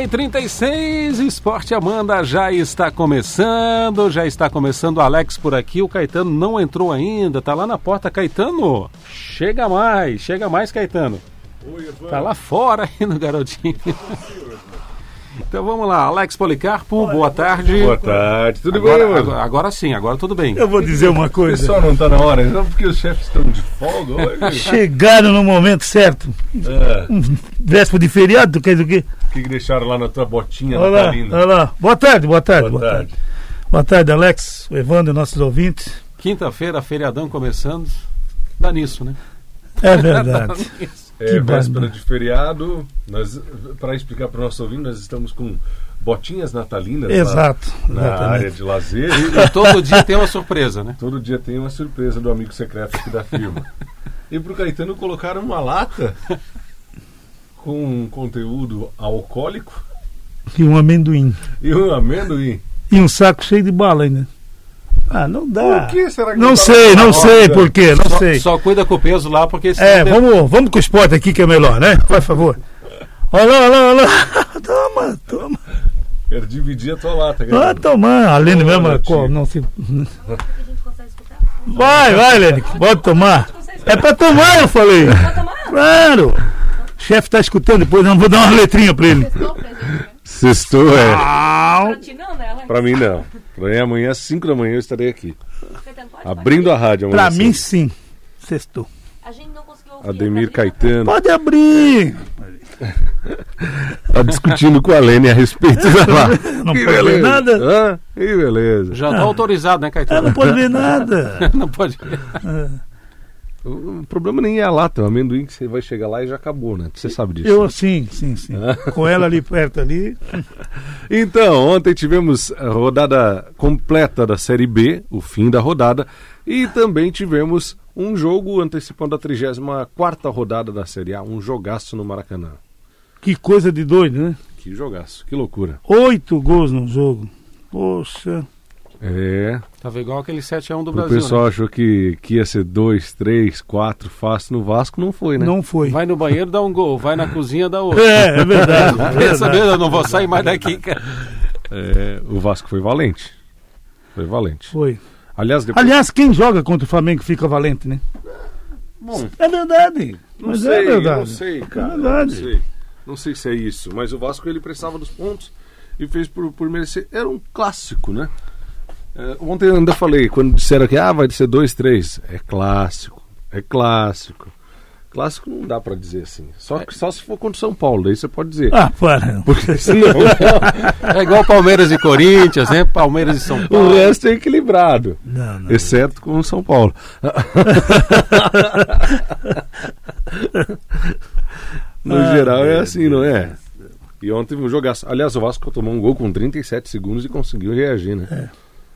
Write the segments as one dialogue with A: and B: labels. A: 1h36, Esporte Amanda já está começando, já está começando o Alex por aqui, o Caetano não entrou ainda, tá lá na porta, Caetano, chega mais, chega mais, Caetano. Oi, tá lá fora ainda, garotinho. Então vamos lá, Alex Policarpo, boa tarde.
B: Boa tarde, tudo
A: agora,
B: bem?
A: agora, agora sim, agora tudo bem.
C: Eu vou dizer uma
B: O
C: coisa.
B: pessoal não está na hora, não porque os chefes estão de folga hoje.
C: Chegaram no momento certo.
B: Ah,
C: Véspera de feriado, tu quer dizer o quê?
B: o que que deixaram lá na tua botinha
C: Olha lá,
B: natalina?
C: olha lá. Boa tarde, boa tarde,
B: Tá Boa tarde.
C: Boa tarde, Alex, o Evandro, nossos ouvintes.
A: Quinta-feira, feriadão começando, dá nisso, né?
C: É verdade.
B: É,
C: Que
B: véspera
C: bárbaro.
B: de feriado, nós, para explicar para o nosso ouvinte, nós estamos com botinhas natalinas lá
C: Exato,
B: na
C: exatamente.
B: área de lazer.
A: E todo dia tem uma surpresa, né?
B: Todo dia tem uma surpresa do amigo secreto aqui da firma. E pro Caetano colocaram uma lata com um conteúdo alcoólico
C: E um amendoim.
B: e um amendoim.
C: E um saco cheio de bala ainda. Ah, não dá.
B: Por que será que
C: Não
B: botaram
C: sei,
B: essa
C: não sei
B: lata?
C: por quê, não
A: só,
C: sei.
A: só cuida com o peso lá, porque senão
C: É,
A: de-
C: vamos, vamos com o esporte aqui que é melhor, né? Por favor. Olha lá, olha lá, olha lá. Toma, toma. Ah,
B: Quero dividir a tua lata,
C: Vai
B: Caetano.
C: tomar. A Lene
B: Olha,
C: mesmo,
B: tio.
C: qual- não se...
D: A gente consegue escutar?
C: Vai, vai, Lene, pode tomar.
D: Consegue escutar?
C: É pra tomar, eu falei.
D: Pode tomar?
C: Claro. O chefe tá escutando depois, não vou dar uma letrinha pra ele.
D: Testou pra gente, né?
B: Sextou, é.
D: Pra ti não, né, Alex?
B: Pra mim, não. Pra mim, amanhã, às 5 da manhã, eu estarei aqui.
D: Caetano, pode
B: Abrindo a rádio amanhã.
C: Pra mim,
B: cedo.
C: sim. Sextou.
D: falar? A gente não conseguiu ouvir. tá
B: Ademir
D: Pra mim,
B: Caetano
C: Pode abrir.
B: tá discutindo com a Lene a respeito da lata.
C: Não pode ver nada.
B: Hã? Que beleza.
A: já tá autorizado, né,
C: Ela
B: É.
A: Caetano?
C: não pode ver nada.
A: Não pode.
B: O o problema nem é a lata, é o amendoim que você vai chegar lá e já acabou, né? Você sabe disso.
C: Eu, sim, sim, sim. Com ela ali perto ali.
B: Então, ontem tivemos a rodada completa da Série B, o fim da rodada, e também tivemos um jogo antecipando a 34ª rodada da Série A, um jogaço no Maracanã.
C: Que coisa de doido, né?
B: Que jogaço, que loucura.
C: Oito gols no jogo. Poxa.
B: É,
A: Tava igual aquele 7x1 do
B: o
A: Brasil. né?
B: pessoal
C: né?
B: achou que, que ia ser 2, 3, 4 fácil no Vasco, não foi, né?
C: Não
A: né?
C: foi.
A: Vai no banheiro, dá um gol. Vai na cozinha, dá outro.
C: É, é verdade. é
A: Pensa
C: verdade.
A: mesmo, eu não vou sair mais daqui, cara.
B: É, o Vasco foi valente. Foi valente.
C: Foi.
B: Aliás, depois...
C: Aliás, quem joga contra o Flamengo fica valente, né?
B: Bom,
C: É verdade.
B: Não
C: mas
B: sei,
C: é verdade.
B: não sei, cara.
C: verdade.
B: Não sei. Não sei se é isso, mas o Vasco ele prestava dos pontos e fez por, por merecer. Era um clássico, né? É, ontem eu ainda falei, quando disseram que ah, vai ser 2-3. É clássico, é clássico. Clássico não dá pra dizer assim. Só,
C: É.
B: que- só se for contra o São Paulo, daí você pode dizer.
C: Ah, para.
B: Porque senão
A: É igual Palmeiras e Corinthians, né? Palmeiras e São
B: o
A: Paulo.
B: resto é equilibrado.
C: Não, não.
B: Exceto com o São Paulo. no
C: Ah,
B: geral é
C: meu
B: assim, não é? E ontem um jogaço. Aliás, o Vasco tomou um gol com 37 segundos e conseguiu reagir, né?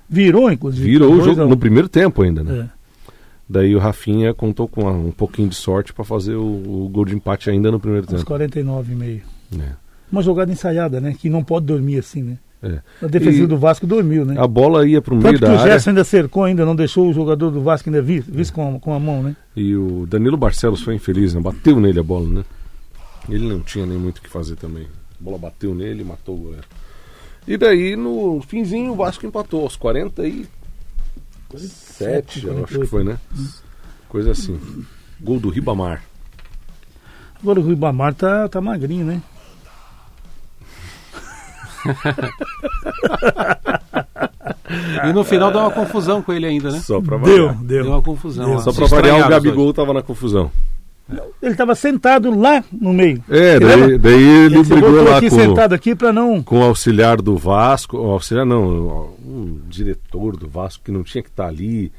C: Virou, inclusive.
B: Virou o
C: Dois
B: jogo
C: a um.
B: no primeiro tempo ainda, né?
C: É.
B: Daí o Rafinha contou com a- um pouquinho de sorte para fazer o, o gol de empate ainda no primeiro
C: Uns
B: tempo.
C: 49,5.
B: É.
C: Uma jogada ensaiada, né? Que não pode dormir assim, né?
B: É.
C: A defesa
B: E-
C: do Vasco dormiu, né?
B: A bola ia pro meio
C: Tanto que
B: da
C: o
B: área
C: Gerson ainda cercou, ainda não deixou o jogador do Vasco ainda vir, visto com, a- com a mão, né?
B: e o Danilo Barcelos foi infeliz, né? Bateu nele a bola, né? Ele não tinha nem muito o que fazer também. A bola bateu nele e matou o goleiro. E daí, no finzinho, o Vasco empatou aos 47, eu acho que foi, né? Coisa assim. Gol do Ribamar.
C: Agora o Rui Bamar tá, tá magrinho, né?
A: E no final dá uma confusão com ele ainda, né?
B: Só pra
C: Deu,
B: variar.
A: Deu
C: deu.
A: uma confusão.
C: Deu.
A: lá.
B: Só
A: Se
B: pra variar, o
A: estranharam os
B: Gabigol tava na confusão.
C: Ele tava sentado lá no meio.
B: É, daí,
C: lembra?
B: daí ele
C: Você
B: brigou
C: botou
B: lá
C: aqui
B: com,
C: sentado aqui pra não.
B: com o auxiliar do Vasco, o auxiliar não, o- o diretor do Vasco que não tinha que estar ali.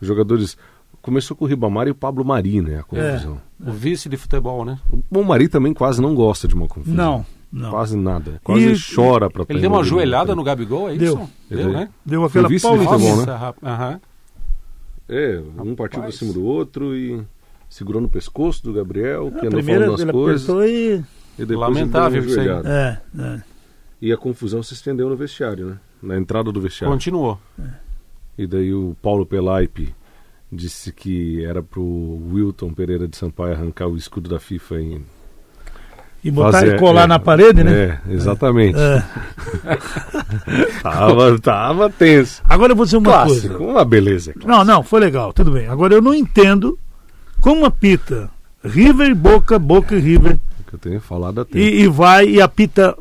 B: Os jogadores começou com o Ribamar e o Pablo Mari, né, a confusão.
C: É.
A: dois. O vice de futebol, né?
B: O Bom Mari também quase não gosta de uma confusão.
C: Não, não.
B: Quase nada. Quase
C: E-
B: chora para
A: Ele deu uma joelhada no Gabigol, é isso?
C: Deu.
A: Deu, né?
C: Deu aquela
B: O vice
C: paulada.
B: Muito bom, né?
A: Nossa, rap- aham.
B: É, um partiu pra
A: Rapaz.
B: cima do outro e segurou no pescoço do Gabriel, que
C: A
B: não
C: primeira
B: falando as
C: ele
B: coisas.
C: apertou e.
B: E depois
A: Lamentável
B: ele deu uma
A: isso aí.
B: joelhada.
C: É, é.
B: E a confusão se estendeu no vestiário, né? Na entrada do vestiário.
A: Continuou.
B: E daí o Paulo Pelaipe disse que era pro Wilton Pereira de Sampaio arrancar o escudo da FIFA em,
C: E botar
B: Fazer-
C: e colar
B: é,
C: na parede, né?
B: É, exatamente.
C: É.
B: Tava, tava tenso.
C: Agora eu vou dizer uma
B: Clássico,
C: coisa.
B: uma beleza.
C: Não, não, foi legal, tudo bem. Agora eu não entendo como apita River, e Boca, Boca e River
B: Que eu tenho falado até.
C: e, e vai e apita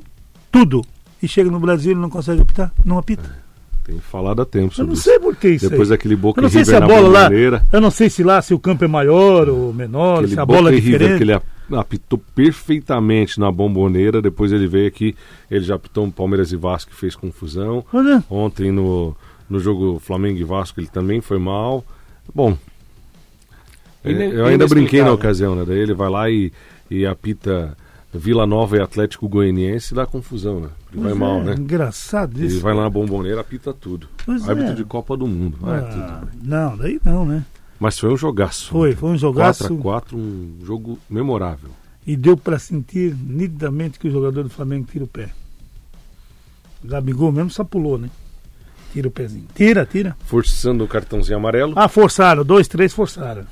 C: tudo. E chega no Brasil e não consegue apitar? Não apita.
B: Tenho falado há tempo
C: Eu
B: sobre
C: não
B: isso.
C: sei por que isso
B: Depois
C: aí.
B: daquele Boca
C: Eu não
B: e
C: sei
B: River
C: se a
B: na
C: bola lá,
B: Bomboneira,
C: eu não sei se lá se o campo é maior ou menor,
B: aquele
C: se a
B: Boca
C: bola é
B: e River
C: diferente.
B: que ele ap- apitou perfeitamente na bomboneira, depois ele veio aqui, ele já apitou um Palmeiras e Vasco que fez confusão.
C: Olha,
B: Ontem no, no jogo Flamengo e Vasco ele também foi mal. Bom, é,
A: Ine-
B: eu ainda brinquei na
A: inexplicável.
B: ocasião, né? Daí ele vai lá e, e apita Vila Nova e Atlético Goianiense e dá confusão, né? Ele vai
C: pois
B: mal,
C: é,
B: né?
C: Engraçado
B: Ele
C: isso.
B: vai lá na bomboneira, apita tudo.
C: Pois
B: Árbitro
C: é.
B: de Copa do Mundo. Ah, é tudo.
C: Ah, não, daí não, né?
B: Mas foi um jogaço.
C: Foi, foi um jogaço.
B: 4x4, um jogo memorável.
C: E deu para sentir nitidamente que o jogador do Flamengo tira o pé. O Gabigol mesmo só pulou, né? Tira o pezinho. Tira, tira.
B: Forçando o cartãozinho amarelo.
C: Ah, forçaram. Dois, três forçaram.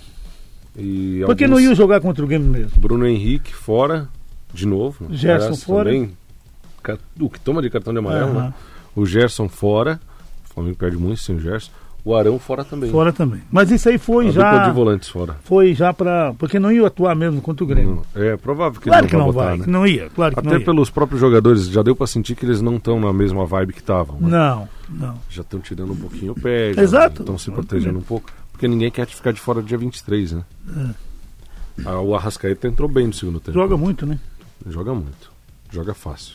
B: E
C: Porque
B: alguns-
C: não ia jogar contra o Grêmio mesmo.
B: Bruno Henrique fora, de novo. né?
C: Gerson
B: Aliás,
C: fora.
B: Também, ca- o que toma de cartão de amarelo,
C: Aham.
B: né? O Gerson fora. O Flamengo perde muito sem o Gerson. O Arão fora também.
C: Fora também. Mas isso aí
B: A
C: foi
B: dupla de
C: já...
B: volantes fora.
C: Foi já para... Porque não ia atuar mesmo contra o Grêmio.
B: Não, É provável que
C: claro
B: ele
C: que não
B: vai botar,
C: vai.
B: né?
C: que Não ia. Claro que
B: Até
C: não ia.
B: pelos próprios jogadores, já deu pra sentir que eles não estão na mesma vibe que estavam. né?
C: Não, não.
B: Já estão tirando um pouquinho o pé,
C: Exato.
B: estão se protegendo um pouco. Porque ninguém quer ficar de fora do dia 23, né? Ah, o Arrascaeta entrou bem no segundo tempo.
C: É. Joga muito, né?
B: Joga muito. Joga fácil.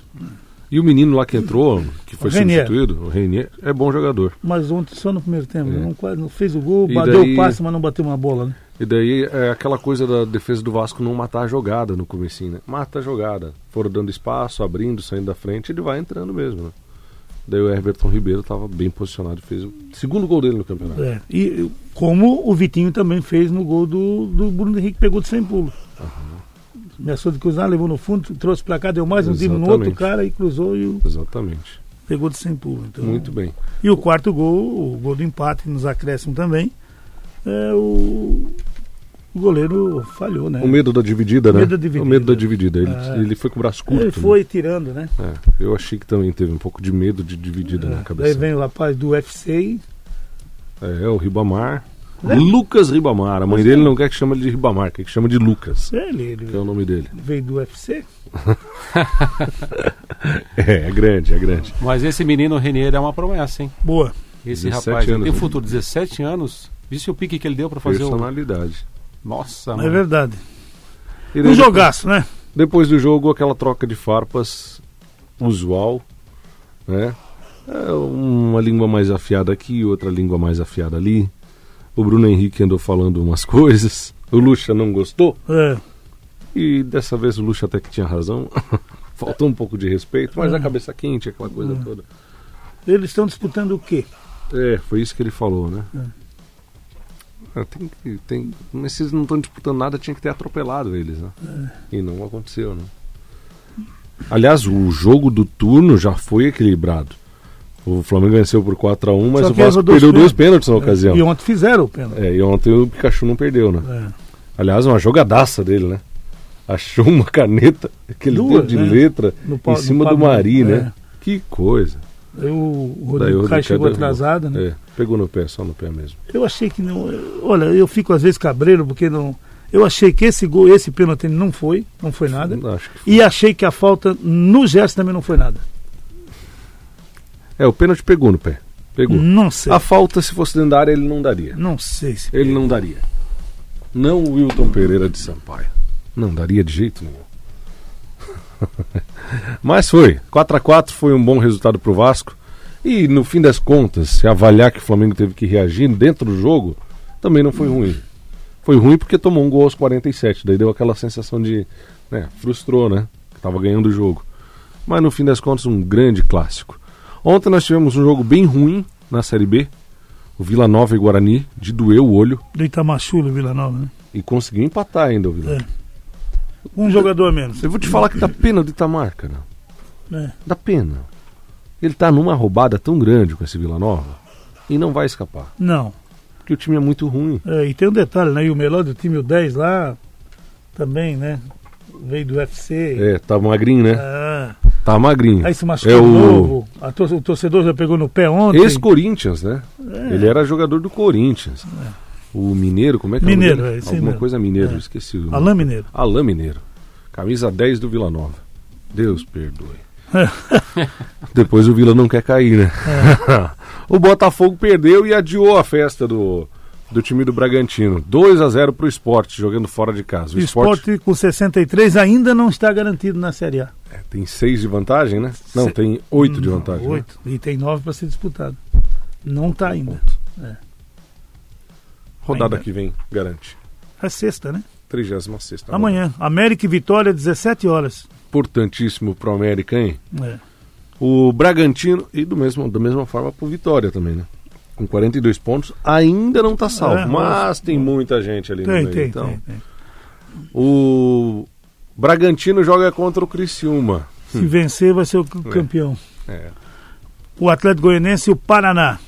B: E o menino lá que entrou, que foi
C: O Renier.
B: substituído, o Renier, é bom jogador.
C: Mas ontem só no primeiro tempo.
B: É.
C: Não, quase, não fez o gol,
B: E
C: bateu
B: daí-
C: o passe, mas não bateu uma bola, né?
B: E daí é aquela coisa da defesa do Vasco não matar a jogada no comecinho, né? Mata a jogada. Foram dando espaço, abrindo, saindo da frente, ele vai entrando mesmo, né? Daí o Everton Ribeiro estava bem posicionado, fez o segundo gol dele no campeonato.
C: É, e como o Vitinho também fez no gol do, do Bruno Henrique, pegou de 100 pulos. Ameaçou de cruzar, ah, levou no fundo, trouxe pra cá, deu mais um drible no outro
B: Exatamente.
C: cara e cruzou e o-
B: Exatamente.
C: pegou de 100 pulos. Então,
B: Muito bem.
C: E o quarto gol, o gol do empate nos acréscimos também, é o, o goleiro falhou, né?
B: O medo da dividida,
C: O
B: né?
C: medo da dividida.
B: O medo da dividida. Ele,
C: Ah.
B: ele foi com o braço curto.
C: Ele
B: né?
C: foi tirando, né?
B: É, eu achei que também teve um pouco de medo de dividida na
C: É,
B: cabeça.
C: daí vem o rapaz do UFC e
B: É, o Ribamar.
C: É.
B: Lucas Ribamar. A mãe dele não quer que chame ele de Ribamar, quer que chame de Lucas,
C: ele,
B: que é
C: ele
B: o nome dele.
C: veio do UFC.
B: É, é grande, é grande.
A: Mas esse menino Renier é uma promessa, hein?
C: Boa.
A: Esse
B: 17
A: rapaz ele
B: anos,
A: tem
B: né?
A: futuro, 17 anos. Visse o pique que ele deu pra fazer um- o.
B: Personalidade.
A: Nossa,
B: Tá
C: É
A: mano.
C: verdade.
B: E daí
C: Um
B: depois-
C: jogaço, né?
B: Depois do jogo, aquela troca de farpas usual, né? É, uma língua mais afiada aqui, outra língua mais afiada ali. O Bruno Henrique andou falando umas coisas. O Lucha não gostou.
C: É.
B: E dessa vez o Lucha até que tinha razão. Faltou um pouco de respeito, mas a cabeça quente, aquela coisa toda.
C: Eles estão disputando o quê?
B: É, foi isso que ele falou, né?
C: É.
B: Ah, tem que, tem... Mas se eles não estão disputando nada, tinha que ter atropelado eles, né?
C: É.
B: E não aconteceu, né? Aliás, o jogo do turno já foi equilibrado. O Flamengo venceu por 4x1, mas
C: Só
B: o
C: que errou
B: Vasco
C: dois
B: perdeu dois
C: pênaltis. É.
B: pênaltis na ocasião.
C: E ontem fizeram o pênalti.
B: É, e ontem o Pikachu não perdeu, né?
C: É.
B: Aliás, uma jogadaça dele, né? Achou uma caneta, aquele deu
C: Duas,
B: de
C: né?
B: letra,
C: No pau-
B: em
C: no
B: cima do
C: pavimento,
B: Mari,
C: é.
B: né? Que coisa.
C: Aí o
B: Daí o
C: Rodrigo Caio
B: Rodrigo
C: chegou
B: Caio
C: atrasado, né?
B: É, pegou no pé, só no pé mesmo.
C: Eu achei que não. eu- Olha, eu fico às vezes cabreiro porque não. Eu achei que esse gol, esse pênalti não foi, não foi nada.
B: Acho que
C: E achei que a falta no gesto também não foi nada.
B: É, o pênalti pegou no pé. Pegou.
C: Não sei.
B: A falta, se fosse dentro da área, ele não daria.
C: Não sei se.
B: Ele não daria. Não o Wilton Pereira de Sampaio. Não daria de jeito nenhum. Mas foi. 4 a 4 foi um bom resultado pro Vasco. E no fim das contas, se avaliar que o Flamengo teve que reagir dentro do jogo, também não foi ruim. Foi ruim porque tomou um gol aos 47. Daí deu aquela sensação de. Né, frustrou, né? Que tava ganhando o jogo. Mas no fim das contas, um grande clássico. Ontem nós tivemos um jogo bem ruim na Série B. O Vila Nova e Guarani, de doer o olho.
C: é Do Itamachula, Vila Nova, né?
B: E conseguiu empatar ainda, Vila.
C: É. Um jogador a menos.
B: Eu vou te falar que dá pena do Itamar, cara.
C: né?
B: Dá pena. Ele tá numa roubada tão grande com esse Vila Nova e não vai escapar.
C: Não.
B: Porque o time é muito ruim.
C: É, e tem um detalhe, né? E o melhor do time, o 10 lá, também, né? veio do UFC.
B: É, tá magrinho, né?
C: Ah,
B: Tá magrinho.
C: aí se machucou
B: é
C: de
B: o
C: novo. A tor- o torcedor já pegou no pé ontem.
B: ex-Corinthians, né?
C: É.
B: Ele era jogador do Corinthians. O Mineiro, como é que é o nome
C: Mineiro,
B: dele?
C: é esse aí
B: Alguma
C: mesmo.
B: coisa Mineiro,
C: É.
B: esqueci. o nome.
C: Alain Mineiro.
B: Alain Mineiro. Camisa 10 do Vila Nova. Deus perdoe. Depois o Vila não quer cair, né?
C: É.
B: o Botafogo perdeu e adiou a festa do, do time do Bragantino. 2 a 0 pro esporte, jogando fora de casa. O
C: O
B: esporte,
C: esporte com 63 ainda não está garantido na Série A.
B: é, tem 6 de vantagem, né? Não,
C: Se- Hum,
B: tem 8 de vantagem. né?
C: Oito. E tem nove para ser disputado. Não está ainda.
B: Rodada
C: Ainda.
B: que vem, garante.
C: É sexta, né?
B: 36 rodada.
C: Amanhã. América e Vitória, 17 horas.
B: Importantíssimo pro América, hein?
C: É.
B: O Bragantino, e do mesmo, da mesma forma pro Vitória também, né? Com 42 pontos, ainda não tá salvo,
C: É,
B: mas tem muita gente ali no
C: Tem,
B: meio.
C: tem,
B: então,
C: tem, tem.
B: o Bragantino joga contra o Criciúma.
C: Se vencer, vai ser o c-
B: É.
C: campeão.
B: É,
C: O Atlético Goianense e o Paraná.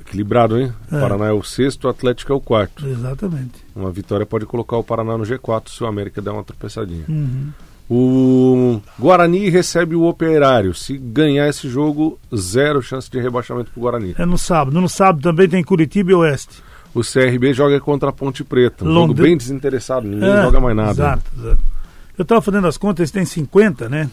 B: equilibrado, hein? O
C: É.
B: Paraná é o sexto, o Atlético é o quarto.
C: Exatamente.
B: Uma vitória pode colocar o Paraná no G4 se o América der uma tropeçadinha.
C: Uhum.
B: O Guarani recebe o Operário. Se ganhar esse jogo, zero chance de rebaixamento pro Guarani.
C: É no sábado. No sábado também tem Curitiba e Oeste.
B: O CRB joga contra a Ponte Preta. Um jogo
C: Londrina-
B: bem desinteressado, ninguém
C: É,
B: joga mais nada. né?
C: Exato, exato. Eu estava fazendo as contas, tem 50, né?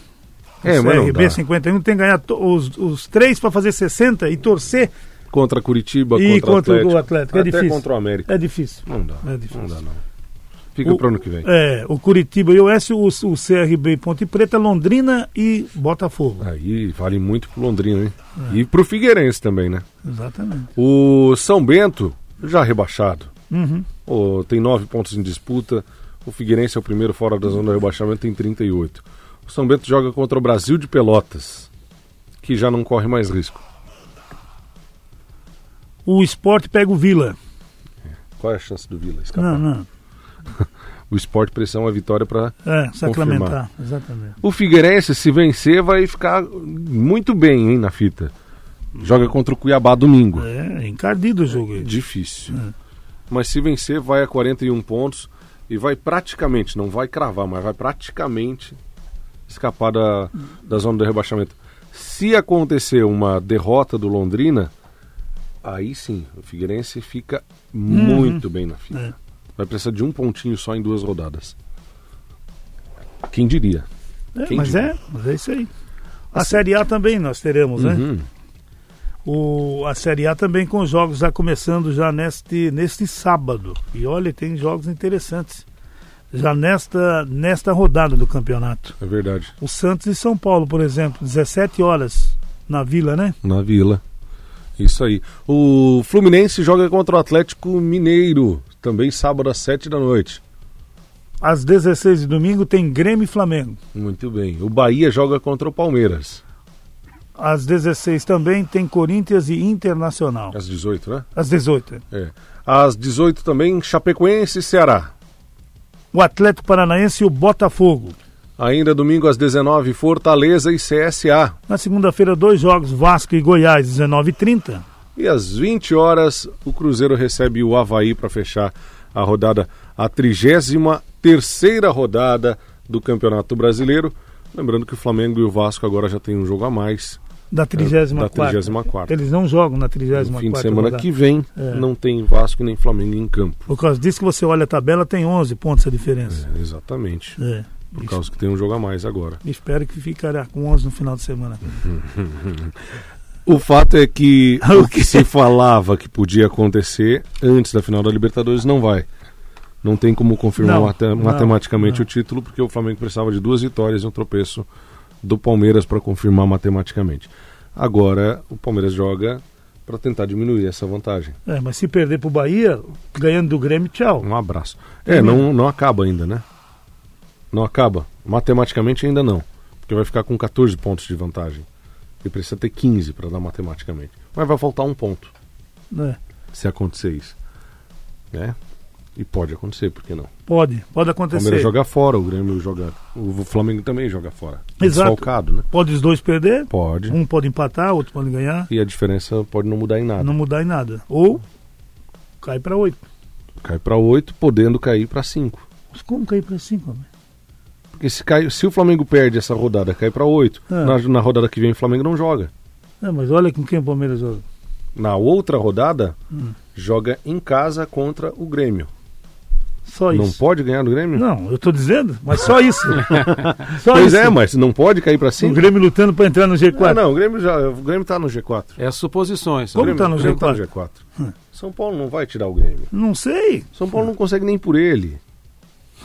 B: É,
C: o
B: mas não
C: CRB
B: dá.
C: 51 tem que ganhar to- os, os três para fazer 60 e torcer
B: Contra Curitiba,
C: e
B: contra,
C: contra
B: Atlético.
C: o Atlético. É
B: Até
C: difícil.
B: contra o América.
C: É difícil.
B: Não dá.
C: É difícil.
B: Não dá, não. Fica
C: O-
B: pro ano que vem.
C: É, o Curitiba e o S, o, o CRB e Ponte Preta, Londrina e Botafogo.
B: Aí vale muito pro Londrina, hein?
C: É.
B: E pro Figueirense também, né?
C: Exatamente.
B: O São Bento, já rebaixado.
C: Uhum.
B: Ô, tem nove pontos em disputa. O Figueirense é o primeiro fora da zona de rebaixamento, tem 38. O São Bento joga contra o Brasil de Pelotas, que já não corre mais risco.
C: O esporte pega o Vila.
B: Qual é a chance do Vila escapar?
C: Não, não.
B: O esporte pressão é vitória para
C: É, sacramentar. Exatamente.
B: O Figueirense, se vencer, vai ficar muito bem, hein, na fita. Joga contra o Cuiabá domingo.
C: É, encardido o jogo. aí.
B: Difícil. Mas se vencer, vai a 41 pontos e vai praticamente, não vai cravar, mas vai praticamente escapar da, da zona do rebaixamento. Se acontecer uma derrota do Londrina, aí sim, o Figueirense fica muito bem na fita.
C: É.
B: Vai precisar de um pontinho só em duas rodadas. Quem diria?
C: É,
B: Quem
C: mas,
B: diria?
C: é, mas é isso aí. A Série A também nós teremos, né?
B: Uhum.
C: O, a Série A também com os jogos já começando já neste, neste sábado. E olha, tem jogos interessantes. Já nesta, nesta rodada do campeonato.
B: É verdade.
C: O Santos e São Paulo, por exemplo, 17 horas na Vila, né?
B: Na Vila. Isso aí. O Fluminense joga contra o Atlético Mineiro. Também sábado às 7 da noite.
C: Às 16 de domingo tem Grêmio e Flamengo.
B: Muito bem. O Bahia joga contra o Palmeiras.
C: Às 16 também tem Corinthians e Internacional.
B: Às 18, né?
C: Às 18. é.
B: É. Às 18 também, Chapecoense e Ceará.
C: O Atlético Paranaense e o Botafogo.
B: Ainda domingo às 19, Fortaleza e CSA.
C: Na segunda-feira, dois jogos, Vasco e Goiás, 19 e 30.
B: E às 20 horas, o Cruzeiro recebe o Havaí para fechar a rodada, a 33 rodada do Campeonato Brasileiro. Lembrando que o Flamengo e o Vasco agora já têm um jogo a mais.
C: Da 34.
B: da 34.
C: Eles não jogam na 34.
B: No fim de semana que vem,
C: É.
B: não tem Vasco nem Flamengo em campo.
C: Por causa disso que você olha a tabela, tem 11 pontos a diferença.
B: É, exatamente.
C: É.
B: Por causa que tem um jogo a mais agora.
C: Espero que ficará com 11 no final de semana.
B: O fato é que
C: O
B: o que se falava que podia acontecer antes da final da Libertadores não vai. Não tem como confirmar
C: Não,
B: mate-
C: não,
B: matematicamente
C: não.
B: o título, porque o Flamengo precisava de duas vitórias e um tropeço do Palmeiras para confirmar matematicamente. Agora o Palmeiras joga para tentar diminuir essa vantagem.
C: É, mas se perder pro Bahia, ganhando do Grêmio, tchau.
B: Um abraço.
C: Uhum.
B: É, não, não acaba ainda, né? Não acaba. Matematicamente ainda não. Porque vai ficar com 14 pontos de vantagem. E precisa ter 15 para dar matematicamente. Mas vai faltar um ponto
C: né?
B: se acontecer isso. Né? E pode acontecer, por que não?
C: Pode, pode
B: O Palmeiras
C: acontecer.
B: joga fora, o Grêmio joga. O Flamengo também joga fora.
C: Exato.
B: Desfalcado, né?
C: Pode os dois perder,
B: Pode.
C: um pode empatar, outro pode ganhar,
B: E a diferença pode não mudar em nada.
C: não mudar em nada. Ou cai para 8.
B: Cai para 8, podendo cair para 5.
C: Mas como cair para 5, homem?
B: Porque se, cai, se o Flamengo perde essa rodada, cai pra 8.
C: Ah.
B: Na, na rodada que vem o Flamengo não joga.
C: Não, mas olha com quem o Palmeiras joga.
B: Na outra rodada,
C: Hum.
B: joga em casa contra o Grêmio.
C: Só
B: não
C: isso.
B: pode ganhar do Grêmio?
C: Não, eu tô dizendo, mas só isso. só
B: Pois
C: isso.
B: é, mas não pode cair pra
C: O
B: 5.
C: Grêmio lutando pra entrar no G4.
B: Ah, não, o Grêmio, já, o Grêmio tá no G4.
A: É suposições.
B: O
C: Como
A: sabe?
B: Grêmio,
C: tá no Hum.
B: o Grêmio tá no
C: G4?
B: G4. São Paulo não vai tirar o Grêmio.
C: Não sei.
B: São Paulo não consegue nem por ele.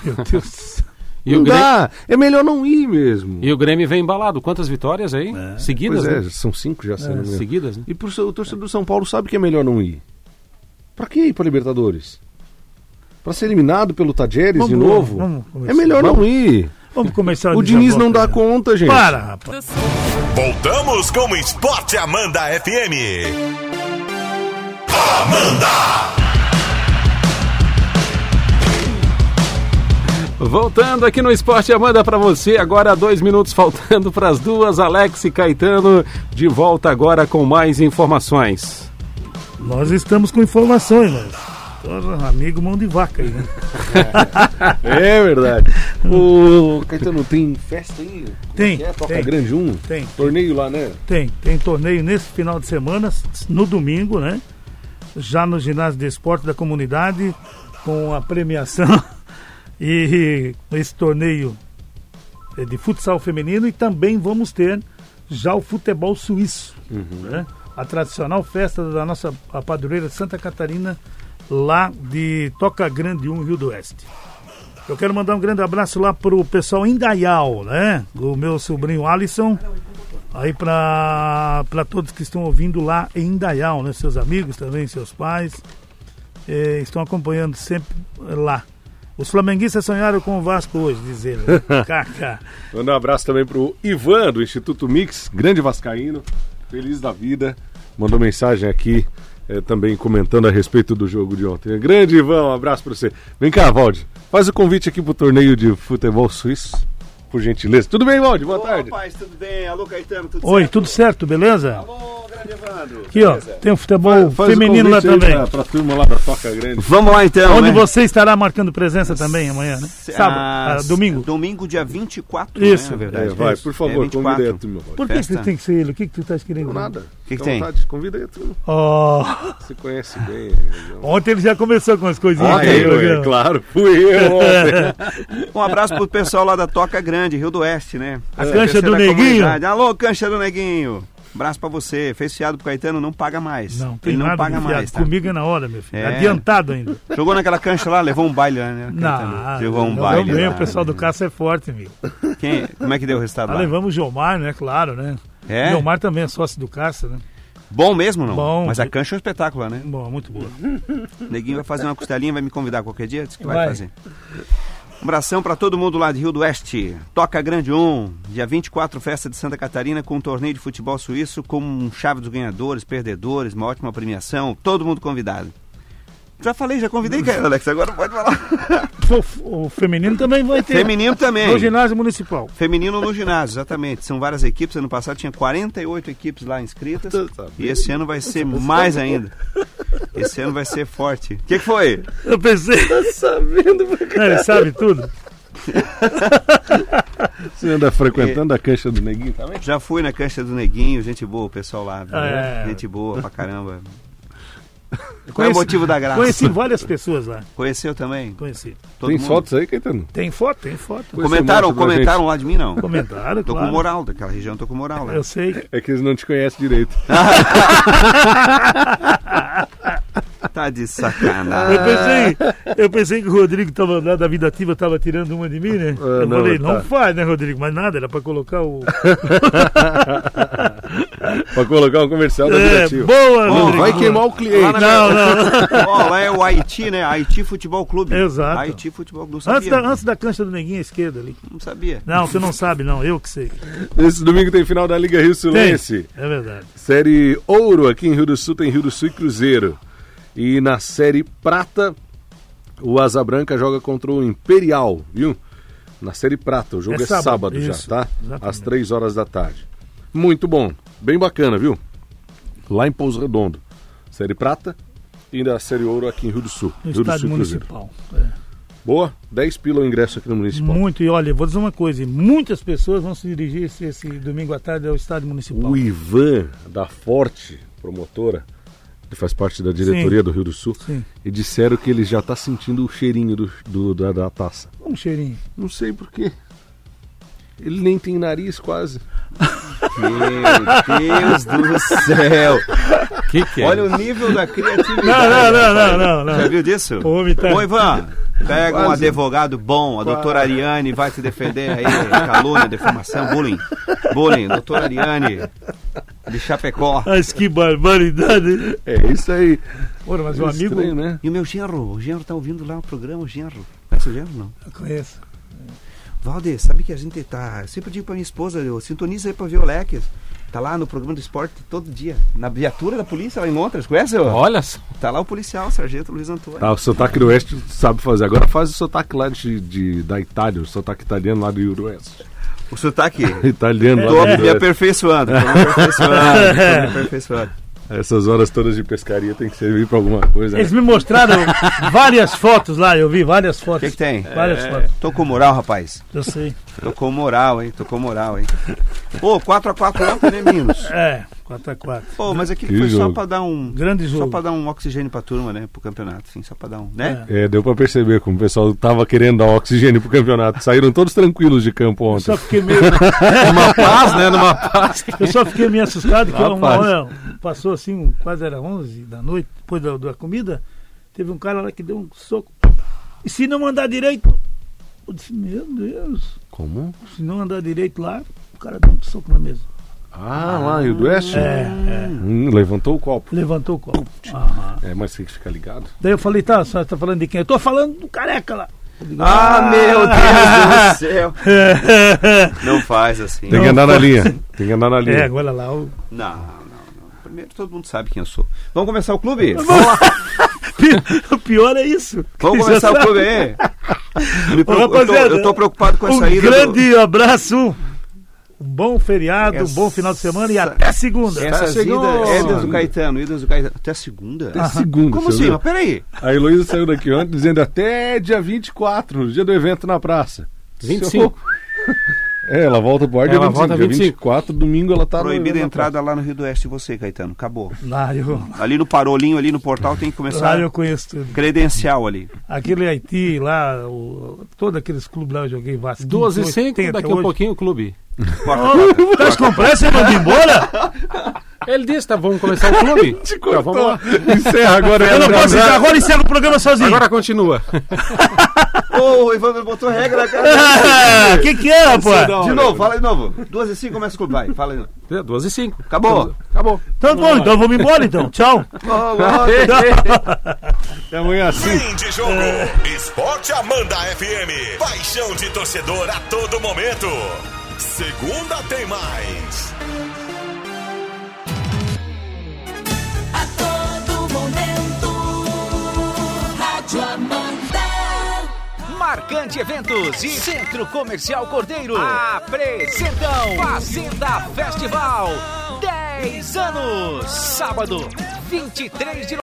C: Meu Deus. do céu.
A: E
B: não
A: o, Grêmio,
B: dá. É melhor não ir mesmo.
A: e o Grêmio vem embalado. Quantas vitórias aí?
C: É.
A: Seguidas,
B: Pois é,
A: né?
B: são cinco já, se não me engano.
A: Seguidas, né?
B: E por, o torcedor do São Paulo sabe que é melhor não ir. Pra que ir pra Libertadores? Pra ser eliminado pelo Tajeres de
C: Vamos,
B: novo?
C: vamos começar.
B: é melhor não ir.
C: Vamos começar a
B: O
C: dizer a
B: Diniz não
C: volta,
B: dá
C: né?
B: conta, gente.
C: Para, rapaz.
E: Voltamos com o Esporte Amanda FM.
A: Voltando aqui no Esporte Amanda pra você, agora dois minutos faltando para as duas. Alex e Caetano de volta agora com mais informações.
C: Nós estamos com informações, mas. Porra, amigo mão de vaca aí, né?
B: É verdade. Ô, Caetano, tem festa aí?
C: Tem,
B: É, Toca
C: tem.
B: Grande 1?
C: Tem.
B: Torneio lá, né?
C: Tem, tem torneio nesse final de semana, no domingo, né? Já no ginásio de esporte da comunidade, com a premiação e esse torneio é de futsal feminino e também vamos ter já o futebol suíço, né? A tradicional festa da nossa a padroeira de Santa Catarina, lá de Toca Grande 1, Rio do Oeste. Eu quero mandar um grande abraço lá pro pessoal em Dayal, né? O meu sobrinho Alisson. Aí para todos que estão ouvindo lá em Indaial, né? Seus amigos também, seus pais, eh, estão acompanhando sempre lá. Os flamenguistas sonharam com o Vasco hoje, diz ele. né? Kaká.
B: Manda um abraço também pro Ivan, do Instituto Mix, grande vascaíno, feliz da vida. Mandou mensagem aqui eh, também comentando a respeito do jogo de ontem. Grande Ivan, um abraço pra você. Vem cá, Valde, faz o convite aqui pro torneio de futebol suíço, por gentileza. Tudo bem, Valde? Boa
F: Ô,
B: tarde.
F: rapaz, tudo bem? Alô, Caetano, tudo
C: Oi,
F: certo?
C: tudo certo, beleza?
F: Alô, grande Evandro.
C: Aqui, ó,
F: beleza?
C: tem o futebol
B: Faz o
C: feminino lá
B: convite aí Pra,
C: também.
B: pra turma lá da Toca Grande.
F: Vamos lá então,
C: Onde
F: né?
C: você estará marcando presença também amanhã, né? Sábado,
F: Ah,
C: ah, domingo.
F: Domingo, dia 24,
C: Isso.
F: né, na
B: É,
F: verdade.
B: vai, por favor,
F: É, 24.
B: convida aí a turma. Valde.
C: Por que, que
F: festa.
C: tem que ser ele? O que, que tu tá querendo?
B: Nada.
F: que
B: Fica à
F: tem?
B: vontade, convida aí a turma.
C: Ó,
B: Se conhece bem.
C: ontem ele já começou com as coisinhas.
F: Ontem,
C: aí,
B: eu,
C: programa.
B: é claro, fui eu ontem.
F: Um abraço pro pessoal lá da Toca Grande, Rio do Oeste, né?
C: A
F: Essa
C: cancha do
F: terceira
C: Neguinho.
F: comunidade. Alô, cancha do Neguinho. Abraço pra você. Festeado pro Caetano, não paga mais.
C: Não, tem
F: Ele não
C: nada
F: paga
C: meu filho.
F: mais, tá?
C: Comigo é na hora, meu filho.
F: É.
C: Adiantado ainda.
F: Jogou naquela cancha lá, levou um baile lá, né?
C: Não, ah,
F: Caetano? Levou um
C: não
F: baile
C: ganha,
F: lá,
C: o pessoal Tá
F: né?
C: do caça é forte, amigo.
F: Quem, como é que deu o resultado
C: Nós
F: lá?
C: levamos o Gilmar, né? Claro, né?
F: É?
C: Gilmar também é sócio do caça, né?
F: Bom mesmo, não?
C: Bom.
F: Mas a cancha é um espetáculo lá, né?
C: Bom, muito boa.
F: Neguinho vai fazer uma costelinha, vai me convidar qualquer dia, disse que vai,
C: Vai.
F: fazer. Um abração pra todo mundo lá de Rio do Oeste. Toca Grande 1, dia 24, festa de Santa Catarina, com um torneio de futebol suíço, com um chave dos ganhadores, perdedores, uma ótima premiação, todo mundo convidado. Já falei, já convidei, cara, Alex, agora pode falar.
C: O, o feminino também vai ter.
F: Feminino também.
C: No ginásio municipal.
F: Feminino no ginásio, exatamente. São várias equipes. Ano passado tinha 48 equipes lá inscritas. E esse ano vai ser mais ainda. Esse ano vai ser forte. O que, que foi?
C: Eu pensei. Não, É, ele sabe tudo.
B: Você anda frequentando a cancha do neguinho tá também?
F: Já fui na cancha do Neguinho, gente boa, o pessoal lá. viu?
C: É.
F: Gente boa pra caramba. Qual é
C: Conheci-
F: o motivo da graça?
C: Conheci várias pessoas lá.
F: Conheceu também?
C: Conheci.
F: Todo
B: Tem
F: mundo.
B: fotos aí, Caetano?
C: Tem foto? Tem foto.
B: Pois-
F: Comentaram,
B: Você mostra pra
F: comentaram lá de mim, não.
C: Comentaram,
F: Tô
C: claro.
F: com moral, né? daquela região tô com moral lá.
C: Eu sei.
B: É que eles não te conhecem direito.
F: Tá de
C: Eu
F: sacanagem.
C: pensei, eu pensei que o Rodrigo tava lá da vida ativa, tava tirando uma de mim, né? eu
B: não,
C: falei,
B: tá.
C: não faz, né, Rodrigo? Mas nada, era pra colocar o.
B: pra colocar um comercial da
C: É,
B: Vida Ativa.
C: boa,
F: Bom,
C: Rodrigo.
B: Vai
C: boa.
B: queimar o
F: Lá
B: cliente.
F: na
C: Não, não.
F: Ó, lá é o Haiti, né? Haiti Futebol Clube.
C: Exato.
F: Haiti Futebol Clube. Não
C: Antes
F: sabia.
C: da, antes da cancha do neguinho à esquerda ali.
F: Não sabia.
C: Não, você não sabe, não. Eu que sei.
B: Esse domingo tem final da Liga Rio
C: Tem.
B: Silense.
C: É verdade.
B: Série Ouro aqui em Rio do Sul tem Rio do Sul e Cruzeiro. E na Série Prata, o Asa Branca joga contra o Imperial, viu? Na Série Prata, o jogo
C: É
B: é,
C: sábado,
B: sábado,
C: isso,
B: já, tá?
C: exatamente.
B: Às três horas da tarde. Muito bom, bem bacana, viu? Lá em Pouso Redondo. Série Prata e na Série Ouro aqui em Rio do Sul.
C: No
B: Rio do Sul
C: estádio
B: e Cruzeiro.
C: municipal. É.
B: Boa, 10 pila o ingresso aqui no Municipal.
C: Muito, e olha, vou dizer uma coisa, e muitas pessoas vão se dirigir esse, esse domingo à tarde ao estádio municipal.
B: O Ivan da Forte, promotora, que faz parte da diretoria
C: Sim.
B: do Rio do Sul,
C: Sim.
B: e disseram que ele já tá sentindo o cheirinho do, do- da, da taça.
C: Um cheirinho.
B: Não sei por quê. Ele nem tem nariz quase.
F: Meu Deus do céu!
A: Que que é?
F: Olha o nível da criatividade.
C: Não, não, não, não, não,
F: né? Já
C: não.
F: viu disso?
C: O Ah. homem tá-
F: Ô, Ivan, pega um
B: Quase.
F: advogado bom, a doutora Ariane vai te defender aí. Calúnia, defamação, bullying. Bullying, doutora Ariane de Chapecó.
C: Mas Ah, que barbaridade.
B: É isso aí.
C: Ora, mas o amigo.
B: Estranho, né?
F: E o meu genro, o genro tá ouvindo lá o programa, o genro. Conhece o genro, não?
C: Conheço.
F: Valde, sabe que a gente tá. Eu sempre digo pra minha esposa, eu sintoniza aí pra ver o Leques. Tá lá no programa do esporte todo dia. Na viatura da polícia lá em Londres, conhece? ô?
A: Olha só.
F: Tá lá o policial, o sargento Luiz Antônio.
B: Tá, o sotaque do Oeste sabe fazer. Agora faz o sotaque lá de, de- da Itália, o sotaque italiano lá do Oeste.
F: O sotaque.
B: Italiano
F: Tô
B: lá do
F: me
B: Oeste.
F: aperfeiçoando, tô me aperfeiçoando, tô me aperfeiçoando.
B: Essas horas todas de pescaria tem que servir pra alguma
F: É.
B: coisa. né?
C: Eles me mostraram várias fotos lá, eu vi várias
F: O que,
C: fotos.
F: que tem?
C: É.
F: É.
C: Várias fotos.
F: Tô com moral, rapaz.
C: Eu sei.
F: Tô com moral, hein? Tô com moral, hein? Pô, 4x4 ontem, né, meninos?
C: É, 4x4.
F: Pô, mas aqui
B: Que
F: foi só
B: jogo.
F: pra dar um.
C: Grande
F: Só
C: jogo.
F: pra dar um oxigênio pra turma, né? Pro campeonato, assim, só pra dar um. Né?
B: É, deu pra perceber como o pessoal tava querendo dar oxigênio pro campeonato. Saíram todos tranquilos de campo ontem.
C: Só fiquei meio,
A: Numa paz, né? Numa paz.
C: eu só fiquei meio assustado que uma
A: Rapaz.
C: hora passou assim, um- quase era 11 da noite, depois da, da comida, teve um cara lá que deu um soco. E se não andar direito? Eu disse, meu Deus,
B: Como?
C: se não andar direito lá, o cara deu um soco na mesa.
B: Ah, lá, Rio do Oeste?
C: É, é.
B: Hum, levantou o copo.
C: Levantou o copo. Aham.
B: É, mas tem que ficar ligado.
C: Daí eu falei, tá, a senhora tá falando de quem? Eu tô falando do careca lá. Eu digo,
F: Ah, meu Deus do céu! Não faz assim.
B: Tem que andar na linha. Tem que andar na
C: É,
B: linha.
C: agora lá, o
F: Não, não, não. Primeiro todo mundo sabe quem eu sou. Vamos começar o clube?
C: o pior é isso. é
F: Vamos começar o clube aí. Me preocu- eu, tô,
C: rapaziada,
F: eu tô preocupado com a
C: Um
F: saída.
C: grande abraço. Um bom feriado, um
F: Essa-
C: bom final de semana e até segunda.
F: do... Essa
B: Essa
F: saída
B: segunda.
F: é Edens do Caetano, Edens do Caetano. Até segunda?
B: Até segunda,
F: Como
B: você
F: assim?
B: viu?
F: Mas peraí.
B: A Heloísa saiu daqui ontem dizendo até dia 24, no dia do evento na praça.
A: 25.
B: Seu- É, ela volta pro ar dia
A: Ela
B: 25.
A: volta
B: Dia
A: 25.
B: 24, domingo ela tá no
F: Proibida a
B: evento na
F: entrada lá no Rio do Oeste e você, Caetano. Acabou.
C: Lá eu,
F: Ali no parolinho, ali no portal, tem que começar
C: lá eu conheço tudo.
F: credencial ali.
C: Aquele Haiti lá, o, todos aqueles clubes lá eu joguei Vasco.
A: 12 e
C: 28,
A: 5,
C: 80,
A: daqui a
C: hoje.
A: pouquinho o clube.
F: Corta, corta.
C: Tá com pressa, manda embora?
A: Ele disse, tá, vamos começar o clube? Tá, vamos lá.
B: praça. Encerra agora.
C: Eu não
B: André
C: posso
B: Andrade.
C: entrar agora e encerro o programa sozinho.
A: Agora continua.
F: Ô, o Ivan botou regra na cara.
C: Ah, que que é, rapaz?
F: De novo, fala de novo. Duas e cinco começa o clube, vai. Fala aí.
A: É, 12 e 5.
F: Acabou.
A: Acabou.
C: Então bom, então vamos embora então. Tchau.
B: Até amanhã às cinco.
E: Fim de jogo. Esporte Amanda FM. Paixão de torcedor a todo momento. Segunda tem mais.
G: A todo momento, Rádio Amanda.
H: Marcante Eventos e Centro Comercial Cordeiro apresentam Fazenda Festival 10 anos, sábado 23 de